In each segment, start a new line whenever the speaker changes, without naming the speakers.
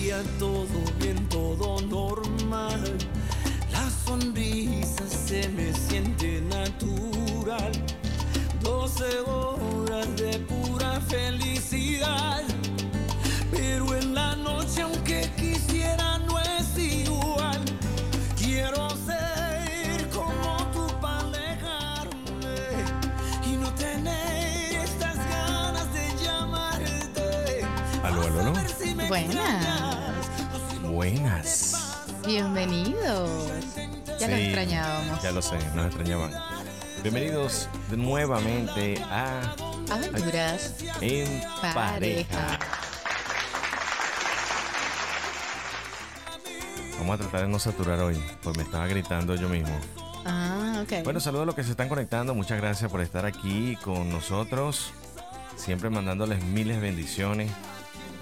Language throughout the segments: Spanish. día todo bien, todo normal. La sonrisa se me siente natural. 12 horas de pura felicidad. Pero en la noche, aunque quisiera, no es igual. Quiero ser como tú para alejarme y no tener estas ganas de llamarte.
Aló, aló, aló.
Buenas.
Buenas.
Bienvenido. Ya lo
Sí,
extrañábamos.
Ya lo sé, nos extrañaban. Bienvenidos de- nuevamente a
Aventuras.
En Pareja.
Pareja.
Vamos a tratar de no saturar hoy, porque me estaba gritando yo mismo.
Ah, ok.
Bueno, saludos a los que se están conectando. Muchas gracias por estar aquí con nosotros. Siempre mandándoles miles de bendiciones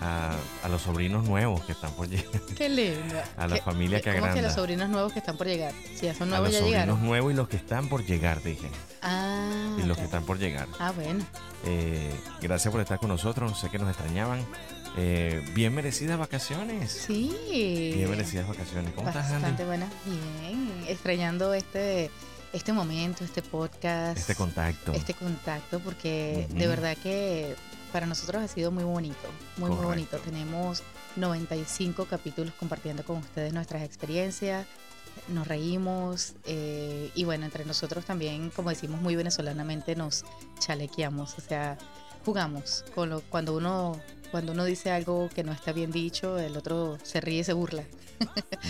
a, a los sobrinos nuevos que están por llegar.
Qué lindo.
a la
Qué-
familia que
¿cómo
agranda.
que los sobrinos nuevos que están por llegar? Si ya son
A
nuevos,
los
ya
sobrinos
llegaron.
nuevos y los que están por llegar, dije.
Ah.
Y los que
ok.
están por llegar.
Ah, bueno.
Eh, gracias por estar con nosotros. Sé que nos extrañaban. Eh, bien merecidas vacaciones.
Sí.
Bien merecidas vacaciones. ¿Cómo estás,
Bastante
Andy?
buena. Bien. Extrañando este, este momento, este podcast.
Este contacto.
este contacto porque
Ujú.
de verdad que para nosotros ha sido muy bonito, muy muy
Correcto.
bonito. Tenemos 95 capítulos compartiendo con ustedes nuestras experiencias, nos reímos eh, y bueno, entre nosotros también, como decimos muy venezolanamente, nos chalequeamos, o sea, jugamos con lo, cuando uno... Cuando uno dice algo que no está bien dicho, el otro se ríe y se burla.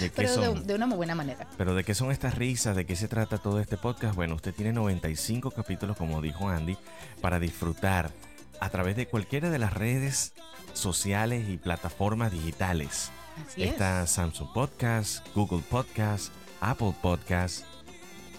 ¿De qué
Pero de,
son?
de una muy buena manera.
Pero de qué son estas risas, de qué se trata todo este podcast. Bueno, usted tiene 95 capítulos, como dijo Andy, para disfrutar a través de cualquiera de las redes sociales y plataformas digitales.
Así
Está Samsung Podcast, Google Podcast, Apple Podcast,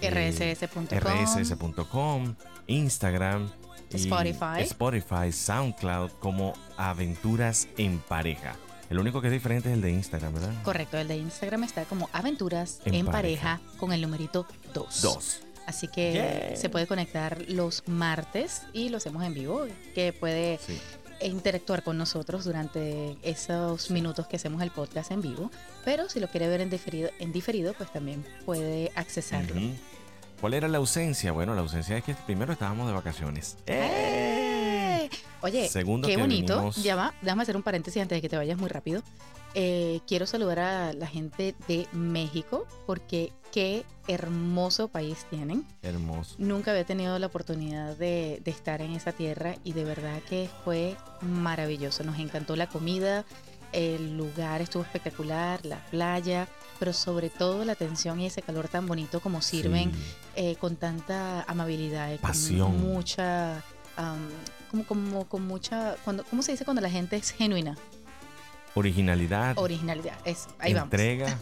eh,
es. RSS.com.
rss.com, Instagram, y
Spotify.
Spotify, SoundCloud como Aventuras en Pareja. El único que es diferente es el de Instagram, ¿verdad?
Correcto, el de Instagram está como Aventuras
En
en, pareja. con el numerito 2.
Dos.
Así que
Yeah.
se puede conectar los martes y lo hacemos en vivo, que puede
Sí.
interactuar con nosotros durante esos minutos que hacemos el podcast en vivo. Pero si lo quiere ver en diferido, en diferido pues también puede accesarlo.
Ujú. ¿Cuál era la ausencia? Bueno, la ausencia es que primero estábamos de vacaciones.
¡Eh! Oye,
Segundo
qué
que
bonito.
vinimos-
Ya va, déjame hacer un paréntesis antes de que te vayas muy rápido. Eh, quiero saludar a la gente de México porque qué hermoso país tienen.
Hermoso.
Nunca había tenido la oportunidad de, de estar en esa tierra y de verdad que fue maravilloso. Nos encantó la comida, el lugar estuvo espectacular, la playa, pero sobre todo la atención y ese calor tan bonito como sirven
Sí.
eh, con tanta amabilidad, y con
Pasión.
mucha, am, como, como con mucha, cuando, ¿cómo se dice cuando la gente es genuina?
Originalidad.
Originalidad, es, ahí vamos.
entrega.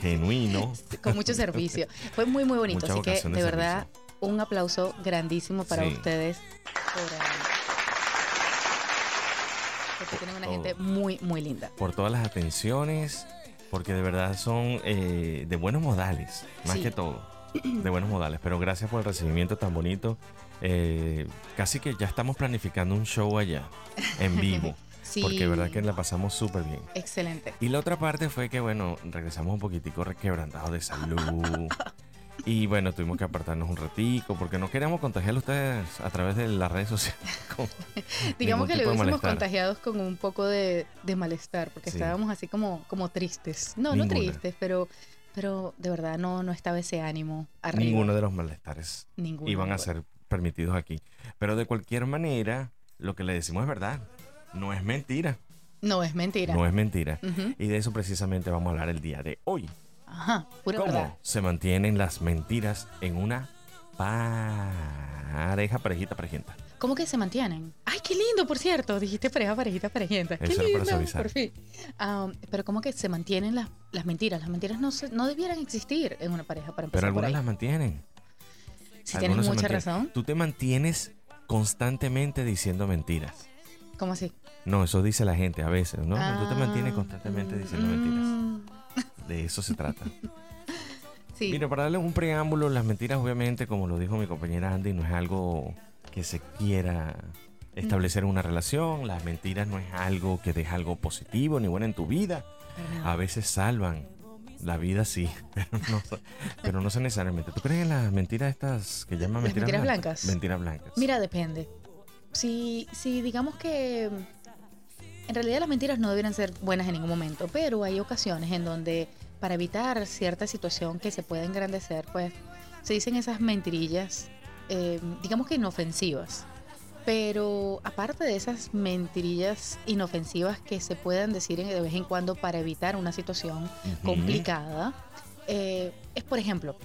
genuino.
Con mucho servicio. Fue muy, muy bonito,
mucha
así que
vocación
de
servicio.
verdad un aplauso grandísimo para
Sí.
ustedes. por, ah, porque tienen una
Todo.
gente muy, muy linda.
por todas las atenciones, porque de verdad son eh, de buenos modales, más
Sí.
que todo, de buenos modales. Pero gracias por el recibimiento tan bonito. Eh, casi que ya estamos planificando un show allá, en vivo,
Sí,
porque de verdad que la pasamos súper bien.
excelente.
Y la otra parte fue que, bueno, regresamos un poquitico requebrantados de salud. Y bueno, tuvimos que apartarnos un ratico porque no queríamos contagiar a ustedes a través de las redes sociales. con- ningún tipo
Digamos que le
de
hubiésemos
malestar.
contagiados con un poco de, de malestar, porque
Sí.
estábamos así como, como tristes. No, no
Ninguna.
tristes, pero, pero de verdad no, no estaba ese ánimo arriba.
Ninguno de los malestares
Ninguno.
y van a ser permitidos aquí. Pero de cualquier manera, lo que le decimos es verdad. No es mentira.
No, es mentira.
No es mentira.
Ujú.
Y de eso precisamente vamos a hablar el día de hoy.
Ajá, pura
¿Cómo
verdad.
se mantienen las mentiras en una pareja, parejita, parejita?
¿Cómo que se mantienen? ¡Ay, qué lindo, por cierto! Dijiste pareja, parejita, parejita. ¡Qué
Eso era para
lindo,
suavizar.
por fin! Ah, pero ¿cómo que se mantienen las, las mentiras? Las mentiras no, se- no debieran existir en una pareja
Pero
para empezar por
algunas
ahí.
las mantienen.
si tienes
algunos se
mucha
mantienen.
razón,
Tú te mantienes constantemente diciendo mentiras.
¿cómo así?
No, eso dice la gente a veces, ¿no? Tú te
Ah,
mantienes constantemente diciendo mentiras.
mm,
De eso se trata.
Sí,
Mira, para darles un preámbulo, las mentiras obviamente, como lo dijo mi compañera Andy, no es algo que se quiera establecer una relación. Las mentiras no es algo que deja algo positivo ni bueno en tu vida.
Ah.
A veces salvan. La vida sí, pero no, pero no son necesariamente. ¿Tú crees en las mentiras estas que llaman
Las
mentiras,
mentiras blancas.
Mentiras blancas.
Mira, depende. Si, si digamos que en realidad las mentiras no debieran ser buenas en ningún momento, pero hay ocasiones en donde para evitar cierta situación que se pueda engrandecer, pues se dicen esas mentirillas, eh, digamos que inofensivas. Pero aparte de esas mentirillas inofensivas que se puedan decir de vez en cuando para evitar una situación
Ujú.
complicada, eh, es por ejemplo,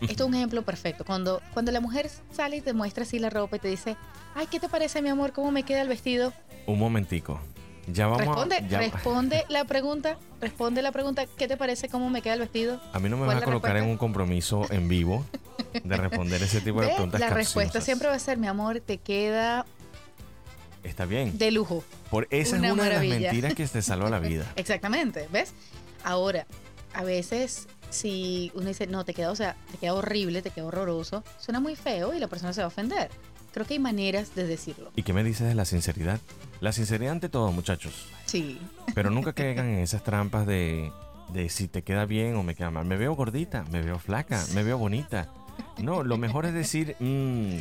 esto es un ejemplo perfecto. Cuando, cuando la mujer sale y te muestra así la ropa y te dice, ay, ¿qué te parece, mi amor? ¿Cómo me queda el vestido?
Un momentico. Ya vamos
Responde,
a. ya-
responde la pregunta, responde la pregunta, ¿qué te parece? ¿Cómo me queda el vestido?
a mí no me vas
¿cuál es
a
la
colocar en
respuesta?
un compromiso en vivo de responder ese tipo de
Ve,
preguntas.
la respuesta
capciosas.
siempre va a ser, mi amor, te queda
Está bien.
de lujo.
Por, esa
una
es una de las
maravilla.
mentiras que te salva la vida.
Exactamente, ¿ves? Ahora, a veces si uno dice, no, te queda, o sea, te queda horrible, te queda horroroso, suena muy feo y la persona se va a ofender. Creo que hay maneras de decirlo.
¿Y qué me dices de la sinceridad? La sinceridad ante todo, muchachos.
Sí.
Pero nunca caigan en esas trampas de, de si te queda bien o me queda mal. Me veo gordita, me veo flaca, me veo bonita. No, lo mejor es decir, mm,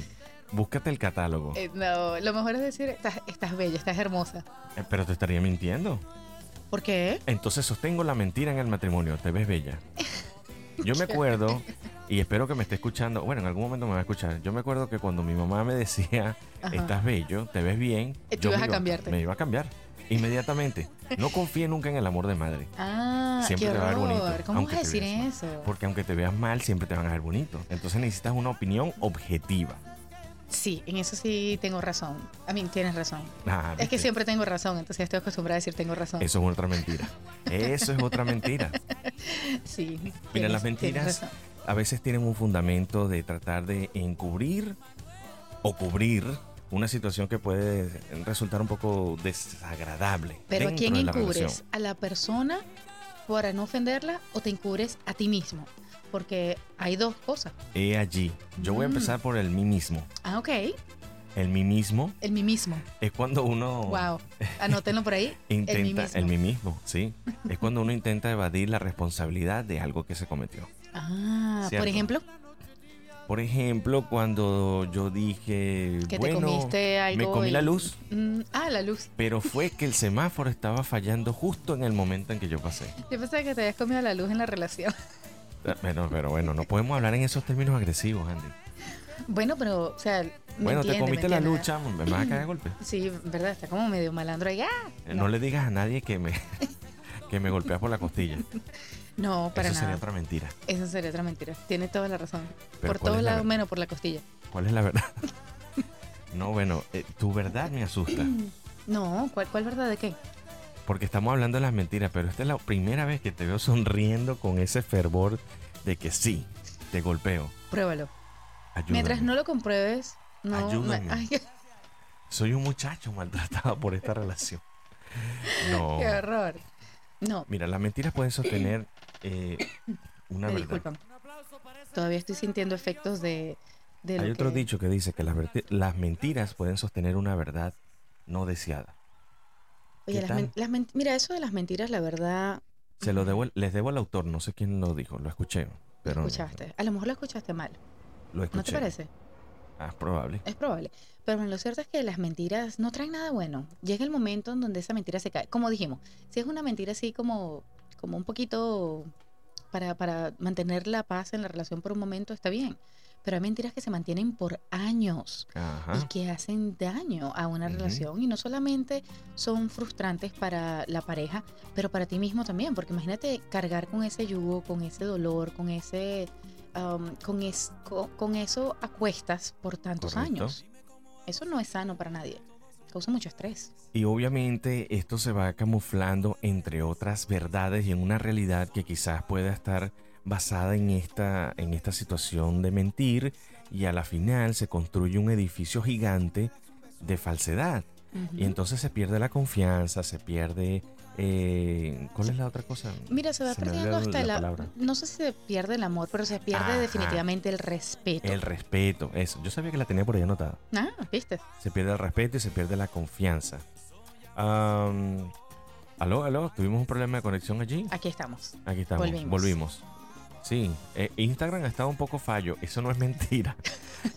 búscate el catálogo.
Eh, no, lo mejor es decir, estás, estás bella, estás hermosa.
Eh, Pero te estaría mintiendo.
¿Por qué?
Entonces sostengo la mentira en el matrimonio. Te ves bella. Yo me acuerdo, y espero que me esté escuchando, bueno, en algún momento me va a escuchar. Yo me acuerdo que cuando mi mamá me decía,
Ajá.
estás bello, te ves bien,
Eh,
yo
tú ibas
me
a
iba-
cambiarte.
Me iba a cambiar. Inmediatamente. No confíe nunca en el amor de madre.
Ah,
Siempre
qué
te va a ver
horror.
bonito,
¿Cómo vas
aunque
a
te
decir
veas
eso?
Porque aunque te veas mal, siempre te van a ver bonito. Entonces necesitas una opinión objetiva.
Sí, en eso sí tengo razón. A mí tienes razón.
Ah,
Es que
¿viste?
siempre tengo razón, entonces estoy acostumbrada a decir tengo razón.
Eso es otra mentira. Eso es otra mentira. Mira,
Sí. tienes-
las
tienes
mentiras
razón.
a veces tienen un fundamento de tratar de encubrir o cubrir una situación que puede resultar un poco desagradable.
Pero ¿a
dentro
quién
de la
encubres?
relación.
¿A la persona para no ofenderla o te encubres a ti mismo? Porque hay dos cosas.
He allí. Yo voy a
Mm.
empezar por el mí mismo.
Ah, ok.
El mí mismo
El mí mismo.
es cuando uno
Wow. Anótenlo por ahí.
Oh. intenta
el mí mismo.
el mí mismo, sí. Es cuando uno intenta evadir la responsabilidad de algo que se cometió.
Ah,
Cierto.
por ejemplo,
Por ejemplo, cuando yo dije,
que
bueno,
te comiste algo.
me comí
y-
la luz,
Mm, ah, la luz.
pero fue que el semáforo estaba fallando justo en el momento en que yo pasé.
Yo pensaba que te habías comido la luz en la relación.
Bueno, pero bueno, no podemos hablar en esos términos agresivos, Andy.
Bueno, pero, o sea. me
Bueno, te
entiende, me
comiste la
entiende,
luz, chamo, me vas a caer a golpe.
¿verdad? Sí, verdad, está como medio malandro ahí. ¡Ah!
Eh, No.
No.
le digas a nadie que me, que me golpeas por la costilla.
No, para
Eso
nada.
sería otra mentira.
Eso sería otra mentira. Tiene toda la razón.
Pero ¿cuál
por todos
es la
lados,
verdad?
menos por la costilla.
¿Cuál es la verdad? No, bueno, eh, tu verdad me asusta.
No, ¿cuál, cuál verdad de qué?
Porque estamos hablando de las mentiras, pero esta es la primera vez que te veo sonriendo con ese fervor de que sí, te golpeo.
Pruébalo.
Ayúdame.
Mientras no lo compruebes, no.
Ayúdame.
Ay, qué
Soy un muchacho maltratado por esta relación. No.
horror. No,
Mira, las mentiras pueden sostener eh, una
me
verdad.
disculpan. Todavía estoy sintiendo efectos de. de
Hay
lo
otro
que-
dicho que dice que las, verti- las mentiras pueden sostener una verdad no deseada.
Oye,
¿Qué
las men-
tal?
las men- mira, eso de las mentiras, la verdad,
Se lo debo, les debo al autor, no sé quién lo dijo, lo escuché. Pero
escuchaste. A lo mejor lo escuchaste mal.
Lo escuché.
¿No te parece?
Ah, es probable.
Es probable. Pero bueno, lo cierto es que las mentiras no traen nada bueno. Llega el momento en donde esa mentira se cae. Como dijimos, si es una mentira así como, como un poquito para, para mantener la paz en la relación por un momento, está bien. Pero hay mentiras que se mantienen por años y
Ajá.
que hacen daño a una
Ujú.
relación. Y no solamente son frustrantes para la pareja, pero para ti mismo también. Porque imagínate cargar con ese yugo, con ese dolor, con ese. um, con, es- co- con eso acuestas por tantos
Correcto.
años. Eso no es sano para nadie. Causa mucho estrés.
Y obviamente esto se va camuflando entre otras verdades y en una realidad que quizás pueda estar basada en esta, en esta situación de mentir y a la final se construye un edificio gigante de falsedad.
Ujú.
Y entonces se pierde la confianza, se pierde Eh, ¿Cuál es la otra cosa?
Mira, se va
me
perdiendo
olvidó
hasta
la
la,
palabra.
No sé si se pierde el amor, pero se pierde
Ajá. Eh,
definitivamente el respeto.
El respeto, eso. Yo sabía que la tenía por ahí anotada.
Ah, ¿viste?
Se pierde el respeto y se pierde la confianza. Am, aló, aló, tuvimos un problema de conexión allí.
Aquí estamos.
Aquí estamos. Volvimos.
Volvimos.
Sí, eh, Instagram ha estado un poco fallo. Eso no es mentira.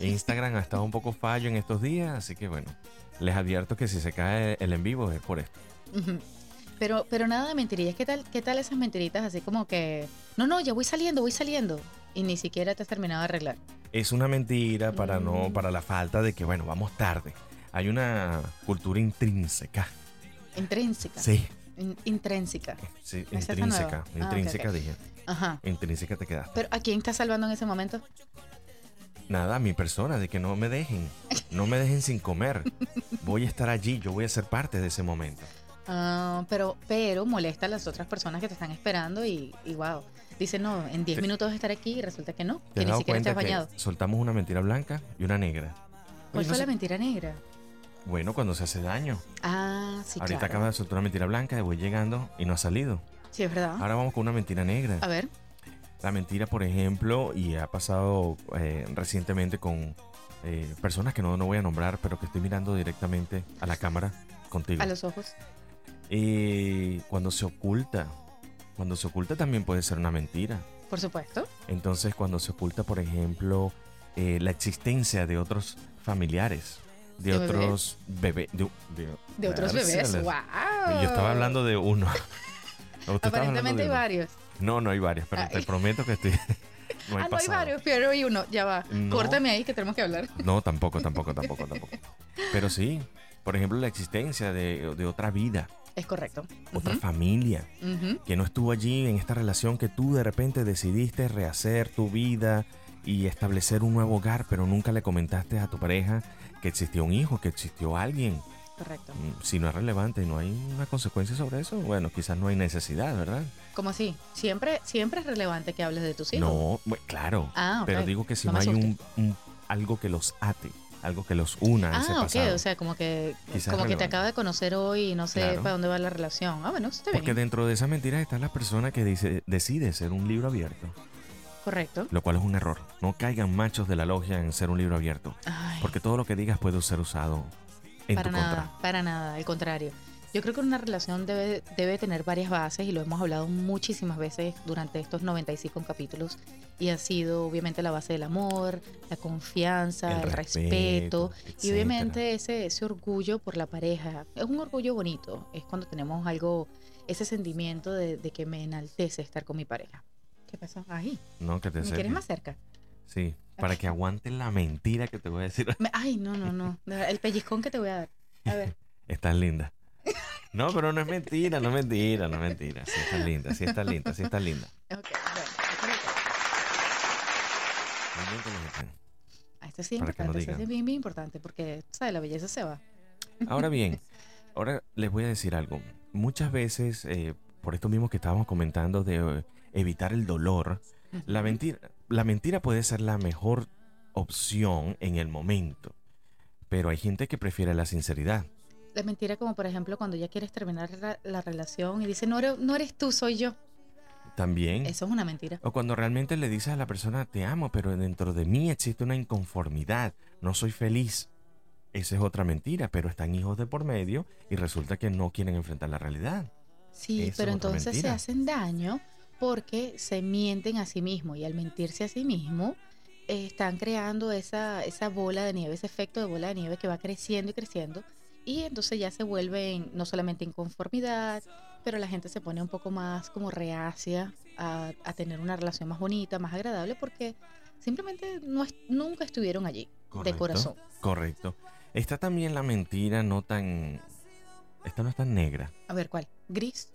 Instagram ha estado un poco fallo en estos días, así que bueno. Les advierto que si se cae el en vivo es por esto.
Ujú. Pero, pero nada de mentirillas. ¿Qué tal, ¿Qué tal esas mentiritas así como que... No, no, ya voy saliendo, voy saliendo. Y ni siquiera te has terminado de arreglar.
Es una mentira para no,
Mm.
para la falta de que, bueno, vamos tarde. Hay una cultura intrínseca.
Intrínseca.
Sí,
In- intrínseca.
sí,
Esa está
intrínseca.
nueva. Ah, ok,
Intrínseca
ok.
dije.
Ajá.
Intrínseca te quedaste.
Pero ¿a quién estás salvando en ese momento?
Nada, a mi persona, de que no me dejen. No me dejen sin comer. Voy a estar allí, yo voy a ser parte de ese momento.
Ah, pero, pero molesta a las otras personas que te están esperando y, y wow. Dice, no, en 10
Te-
minutos vas a estar aquí y resulta que no,
¿Te
que
has
ni
dado
siquiera te
cuenta
has bañado.
que soltamos una mentira blanca y una negra?
¿Cuál
Oye, no
fue
sé-
la mentira negra?
Bueno, cuando se hace daño.
Ah, sí,
Ahorita
claro.
acaba de soltar una mentira blanca, voy llegando y no ha salido.
Sí, es verdad.
Ahora vamos con una mentira negra.
Ah. A ver,
La mentira, por ejemplo, y ha pasado eh, recientemente con eh, personas que no, no voy a nombrar, pero que estoy mirando directamente a la cámara contigo.
a los ojos.
Y cuando se oculta, cuando se oculta también puede ser una mentira.
Por supuesto.
Entonces, cuando se oculta, por ejemplo, eh, la existencia de otros familiares, de
¿De bebés?
otros bebés. De,
De otros bebés.
Dárselas.
¡Wow!
Yo estaba hablando de uno. No, usted estaba hablando de
Aparentemente hay
uno.
varios.
No, no hay varios, pero
Ay.
te prometo que estoy. No he
ah, no hay
pasado.
varios, pero hay uno. Ya va.
No.
Córtame ahí que tenemos que hablar.
No, tampoco, tampoco, tampoco, tampoco. Pero sí, por ejemplo, la existencia de, de otra vida,
Es correcto.
otra
Ujú,
familia.
ujú.
que no estuvo allí en esta relación que tú de repente decidiste rehacer tu vida y establecer un nuevo hogar, pero nunca le comentaste a tu pareja que existió un hijo, que existió alguien.
Correcto.
Mm, Si no es relevante y no hay una consecuencia sobre eso, bueno, quizás no hay necesidad, ¿verdad?
Como así, siempre, siempre es relevante que hables de tus hijos.
No, bueno, claro.
Ah, ok.
Pero digo que si
No
no,
me
hay un, un- algo que los ate, algo que los una a ese
Ah, ok,
pasado.
o sea, como que
Quizás
como que
relevante.
te acaba de conocer hoy y no sé
Claro.
para dónde va la relación. Ah, bueno, eso está
Porque
bien.
dentro de esas mentiras está la persona que dice, decide ser un libro abierto,
Correcto.
lo cual es un error. No caigan machos de la logia en ser un libro abierto.
Ay,
Porque todo lo que digas puede ser usado en
para
tu
nada,
contra.
para nada, al contrario. Yo creo que una relación debe, debe tener varias bases y lo hemos hablado muchísimas veces durante estos 95 capítulos y ha sido obviamente la base del amor, la confianza, el, respeto Y
etcétera.
obviamente ese, ese orgullo por la pareja es un orgullo bonito, es cuando tenemos algo, ese sentimiento de, de que me enaltece estar con mi pareja. ¿Qué pasó? Ay,
No, que te
¿me
acerques.
quieres más cerca?
Sí, para que aguante la mentira que te voy a decir.
Me- ay, no, no, no, de verdad, el pellizcón que te voy a dar. A ver,
Estás linda. No, pero no es mentira, no es mentira, no es mentira. Sí, estás linda, sí, estás linda, sí, estás linda.
ok, bueno,
Muy bien que nos están.
ah, esto sí es
Para que no
importante, esto sí
digan.
es bien, bien importante, porque, ¿sabes? La belleza se va.
Ahora bien, ahora les voy a decir algo. Muchas veces, eh, por esto mismo que estábamos comentando de eh, evitar el dolor, La mentira, la mentira puede ser la mejor opción en el momento, pero hay gente que prefiere la sinceridad.
La mentira como, por ejemplo, cuando ya quieres terminar la, la relación y dice, no eres, no eres tú, soy yo.
También.
Eso es una mentira.
O cuando realmente le dices a la persona, te amo, pero dentro de mí existe una inconformidad, no soy feliz. Esa es otra mentira, pero están hijos de por medio y resulta que no quieren enfrentar la realidad.
Sí,
Eso es
pero
otra
entonces se
mentira.
hacen daño porque se mienten a sí mismos y al mentirse a sí mismos eh, están creando esa, esa bola de nieve, ese efecto de bola de nieve que va creciendo y creciendo y entonces ya se vuelven no solamente inconformidad, pero la gente se pone un poco más como reacia a, a tener una relación más bonita, más agradable porque simplemente no es- nunca estuvieron allí de corazón.
Correcto. Está también la mentira no tan... Esta no es tan negra.
A ver, ¿cuál? ¿Gris?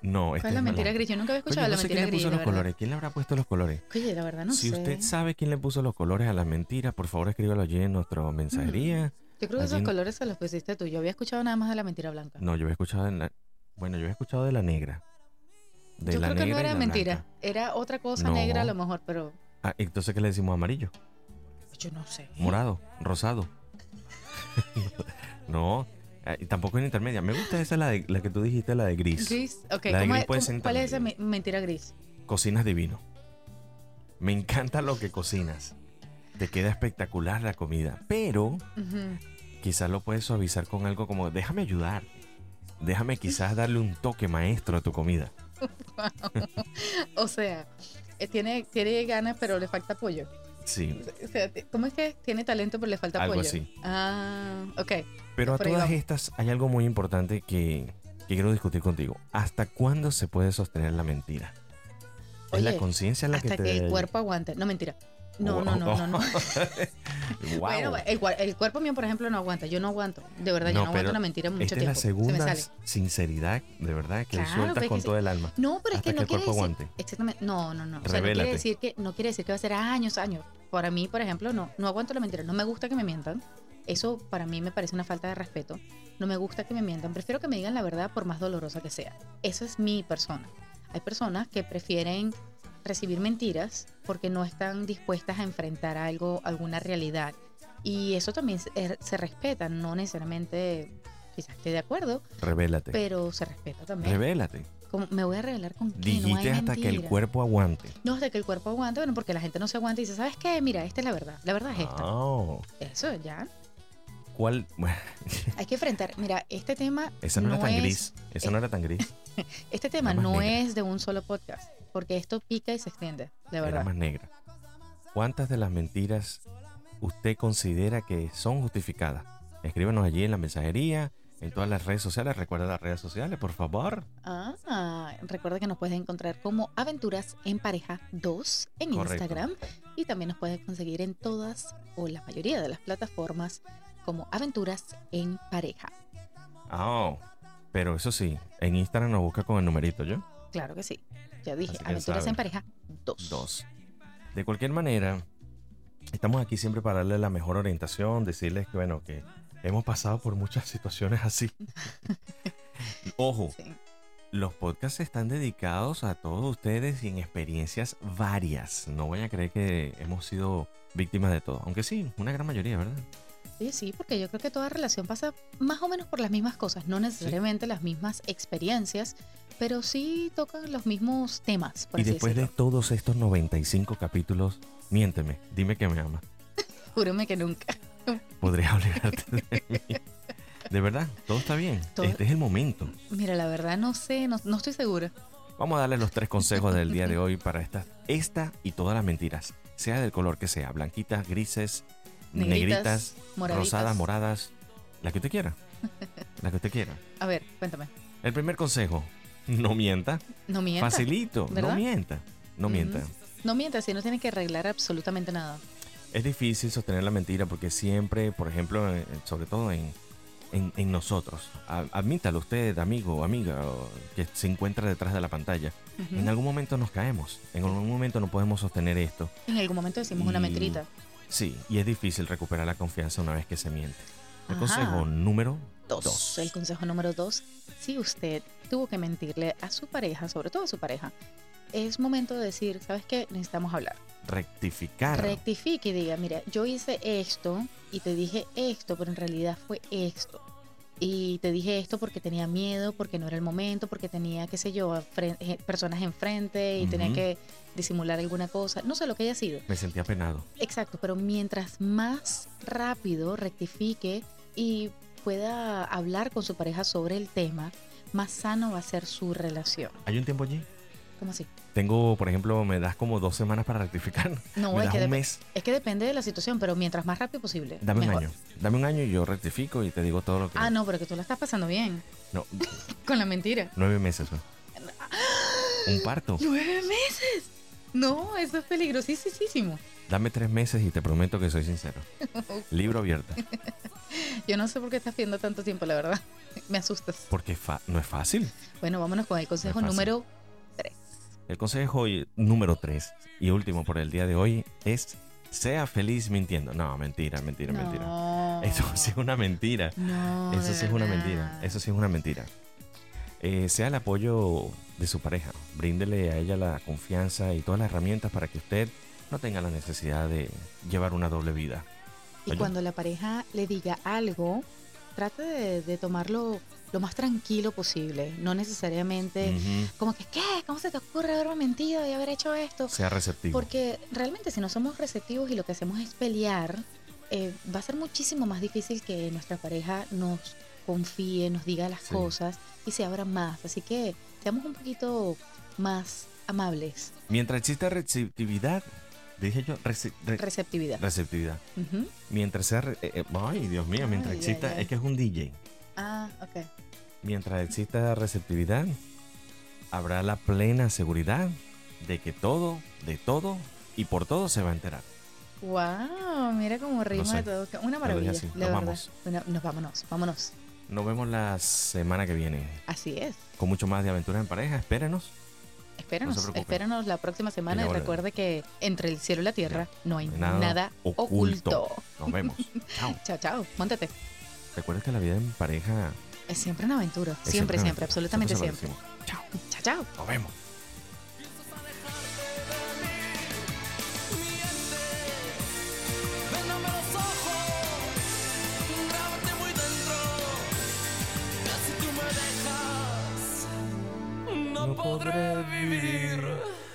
No,
¿Cuál
esta
es la mentira
blanca.
gris? Yo nunca había escuchado
Oye,
la
no sé
mentira
quién le
gris.
puso
la
los
verdad.
colores. ¿Quién le habrá puesto los colores?
Oye, la verdad no
si
sé.
usted sabe quién le puso los colores a las mentiras, por favor escríbalo allí en
Mm.
nuestra mensajería.
Yo creo que
Allí-
esos colores se los pusiste tú. Yo había escuchado nada más de la mentira blanca.
No, yo he escuchado en la... Bueno, yo he escuchado de la negra. De
Yo
la
creo que no
negra y
era
la
mentira.
blanca.
Era otra cosa
No.
negra a lo mejor, pero
Ah, entonces, ¿qué le decimos? Amarillo,
yo no sé.
morado, rosado. no, eh, tampoco es intermedia. Me gusta esa, la, de- la que tú dijiste, la de gris.
Gris, ok.
La de
¿cómo
gris
es-
puede
cómo-
ser
¿Cuál es esa
intermedio.
me- mentira gris?
Cocinas divino. Me encanta lo que cocinas. Te queda espectacular la comida. Pero
Ujú.
quizás lo puedes suavizar con algo como, déjame ayudar. Déjame quizás darle un toque maestro a tu comida.
O sea, eh, tiene, tiene ganas, pero le falta apoyo.
Sí,
O sea, te- ¿Cómo es que tiene talento, pero le falta
Algo
apoyo?
así.
Ah, ok.
Pero a
Por ahí
todas
vamos.
estas hay algo muy importante que, que quiero discutir contigo. ¿Hasta cuándo se puede sostener la mentira? es la
Oye,
conciencia la que te...
Hasta que el cuerpo aguante. No, mentira. No, no, no, no, no.
Wow.
Bueno, eh, el, cua- el cuerpo mío, por ejemplo, no aguanta. Yo no aguanto. De verdad,
No,
yo no aguanto
pero
una mentira mucho
Esta es
tiempo.
la
Se me
segunda
sale.
sinceridad, de verdad, que
Claro,
sueltas
pero es
con
que-
todo el alma.
No, pero es
Hasta
que
que
no
el
quiere
cuerpo
decir.
aguante.
Exactamente. No, no, no. O sea, no quiere
Revélate.
decir que no quiere decir que va a ser años, años. Para mí, por ejemplo, no, no aguanto la mentira. No me gusta que me mientan. Eso para mí me parece una falta de respeto. No me gusta que me mientan. Prefiero que me digan la verdad por más dolorosa que sea. Eso es mi persona. Hay personas que prefieren recibir mentiras porque no están dispuestas a enfrentar algo, alguna realidad. Y eso también se, er- se respeta, no necesariamente quizás esté de acuerdo,
Revélate.
pero se respeta también.
Revélate.
Como, me voy a revelar con qué, no hay
Dijiste hasta que el
mentira.
cuerpo aguante.
No, hasta que el cuerpo aguante, bueno, porque la gente no se aguanta y dice, ¿sabes qué? Mira, esta es la verdad, la verdad es esta.
Oh,
Eso, ya.
¿Cuál? Bueno,
Hay que enfrentar, mira, este tema
esa no, era tan
es,
gris. Esa no era tan gris.
Este tema
Era más
no
negra.
es de un solo podcast, porque esto pica y se extiende, de
era
verdad.
más negra. ¿Cuántas de las mentiras usted considera que son justificadas? Escríbanos allí en la mensajería, en todas las redes sociales. Recuerda las redes sociales, por favor.
Ah, recuerda que nos puedes encontrar como Aventuras en Pareja 2 en
Correcto.
Instagram y también nos puedes conseguir en todas o la mayoría de las plataformas como Aventuras en Pareja.
Oh, pero eso sí, en Instagram nos busca con el numerito, ¿yo?
Claro que sí. Ya dije,
Así que
Aventuras
saben.
en Pareja 2.
Dos. De cualquier manera, estamos aquí siempre para darle la mejor orientación, decirles que, bueno, que hemos pasado por muchas situaciones así. Ojo,
Sí.
Los podcasts están dedicados a todos ustedes y en experiencias varias. No vayan a creer que hemos sido víctimas de todo. Aunque sí, una gran mayoría, ¿verdad?
Sí, sí, porque yo creo que toda relación pasa más o menos por las mismas cosas, no necesariamente las mismas experiencias, pero sí tocan los mismos temas. Por
y
así
después de
decirlo.
todos estos 95 capítulos, miénteme, dime que me ama.
Júrame que nunca.
Podrías olvidarte de mí. De verdad, todo está bien.
Todo-
Este es el momento.
Mira, la verdad no sé, no, no estoy segura.
Vamos a darle los tres consejos del día de hoy para esta, esta y todas las mentiras, sea del color que sea, blanquitas, grises, negritas,
Negritas, Moraditas.
rosadas, moradas, la que usted quiera. La que usted quiera.
A ver, cuéntame.
El primer consejo, no mienta.
No mientas.
Facilito, no
¿verdad?
mienta. No
Ujú.
mienta.
No mientas, si no tienes que arreglar absolutamente nada.
Es difícil sostener la mentira porque siempre, por ejemplo, eh, sobre todo en, en- en nosotros, a- admítalo usted, amigo o amiga o que se encuentra detrás de la pantalla,
Ujú.
en algún momento nos caemos, en algún momento no podemos sostener esto.
En algún momento decimos una
Y-
mentirita.
Sí, y es difícil recuperar la confianza una vez que se miente. El
Ajá.
consejo número
Dos.
dos.
El consejo número dos, si usted tuvo que mentirle a su pareja, sobre todo a su pareja, es momento de decir, ¿sabes qué? Necesitamos hablar.
Rectificar.
rectifique y diga, mira, yo hice esto y te dije esto, pero en realidad fue esto. Y te dije esto porque tenía miedo, porque no era el momento, porque tenía, qué sé yo, a fren- eh, personas enfrente y tenía
Ujú.
que disimular alguna cosa. No sé lo que haya sido.
Me sentí apenado.
Exacto, pero mientras más rápido rectifique y pueda hablar con su pareja sobre el tema, más sano va a ser su relación.
¿Hay un tiempo allí?
¿Cómo así?
Tengo, por ejemplo, me das como dos semanas para rectificar.
No,
me
es
das
que,
un
dep-
mes.
es que depende de la situación, pero mientras más rápido posible.
Dame un
mejor.
año. Dame un año y yo rectifico y te digo todo lo que.
Ah, no, pero que tú la estás pasando bien
No,
con la mentira.
nueve meses. fue. Un parto.
¡Nueve meses! No, eso es peligrosísimo.
Dame tres meses y te prometo que soy sincero. Libro abierto.
Yo no sé por qué estás pidiendo tanto tiempo, la verdad. Me asustas.
Porque fa- no es fácil.
Bueno, vámonos con el consejo
fácil.
número.
El consejo y- número tres y último por el día de hoy es: sea feliz mintiendo. No, mentira, mentira, mentira.
No.
Eso sí es una mentira.
No.
Eso
de
sí es una
verdad.
mentira. Eso sí es una mentira. Eh, sea el apoyo de su pareja. Bríndele a ella la confianza y todas las herramientas para que usted no tenga la necesidad de llevar una doble vida.
Y
Oye.
cuando la pareja le diga algo trate de, de tomarlo lo más tranquilo posible, no necesariamente
Ujú.
como que, ¿qué? ¿Cómo se te ocurre haberme mentido y haber hecho esto?
Sea receptivo.
Porque realmente si no somos receptivos y lo que hacemos es pelear, eh, va a ser muchísimo más difícil que nuestra pareja nos confíe, nos diga las
Sí.
cosas y se abra más. Así que seamos un poquito más amables.
Mientras exista receptividad, dije yo, rece- re-
Receptividad.
receptividad.
Ujú.
Mientras sea. re- eh, eh, ay, Dios mío,
Ay,
mientras
ay,
exista.
ay.
Es que es un DJ.
Ah, ok.
Mientras exista receptividad, habrá la plena seguridad de que todo, de todo y por todo se va a enterar.
Wow, mira cómo rima
sé.
de todo. Una
Lo dejé
maravilla.
así.
la
Nos
verdad.
vamos.
Una- nos vámonos, vámonos.
Nos vemos la semana que viene
Así es.
con mucho más de aventuras en pareja. Espérenos.
Espéranos,
No se preocupen.
espéranos la próxima semana
Y
y
la hora.
recuerde que entre el cielo y la tierra no hay nada,
oculto.
oculto.
Nos vemos. Chao.
Chao, chao, montate.
Recuerda que la vida en pareja.
Es siempre una aventura,
es
siempre,
una aventura.
siempre, absolutamente
Siempre se
siempre.
lo decimos. Chao.
Chao, chao.
Nos vemos.
Piensas a dejarte de mí, miente, véndame los ojos, grábate muy dentro, ya si tú me dejas, no, podré vivir.